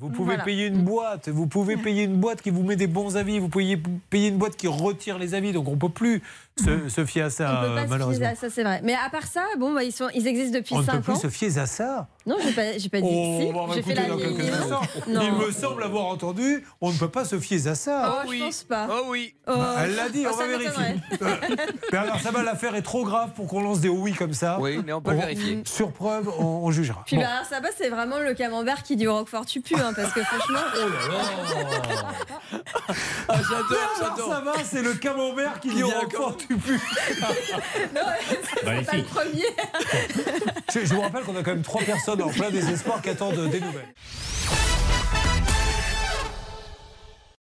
Vous pouvez Voilà. Mm. payer une boîte, vous pouvez payer une boîte qui vous met des bons avis, vous pouvez payer une boîte qui retire les avis, donc on peut plus se, se fier à ça, Mm. on peut pas euh, se fier malheureusement. à ça, c'est vrai. Mais à part ça, bon, bah, ils, sont, ils existent depuis On ne peut 5 plus ans. se fier à ça. Non, j'ai pas, j'ai pas dit. Oh, si, bah, on va j'ai fait écouter la dans quelques ligne. instants. Non. Il me semble avoir entendu, on ne peut pas se fier à ça. Oh, je pense pas. Oh oui. Oh, Ah Bah, Elle l'a dit, oh, on ça va vérifier. m'étonnerait. Bernard Sabat, l'affaire est trop grave pour qu'on lance des oui comme ça. Oui, mais on peut le vérifier. Sur preuve, on, on jugera. Puis bah, Bon. Bernard Sabat, c'est vraiment le camembert qui dit au Roquefort tu pues, hein, parce que franchement, Oh, Ah, j'adore, Bernard j'adore. Sabat, c'est le camembert qui dit Il au y a un Roquefort, tu pues. c'est pas le Magnifique. premier. Je, je vous rappelle qu'on a quand même trois personnes en plein désespoir qui attendent des nouvelles.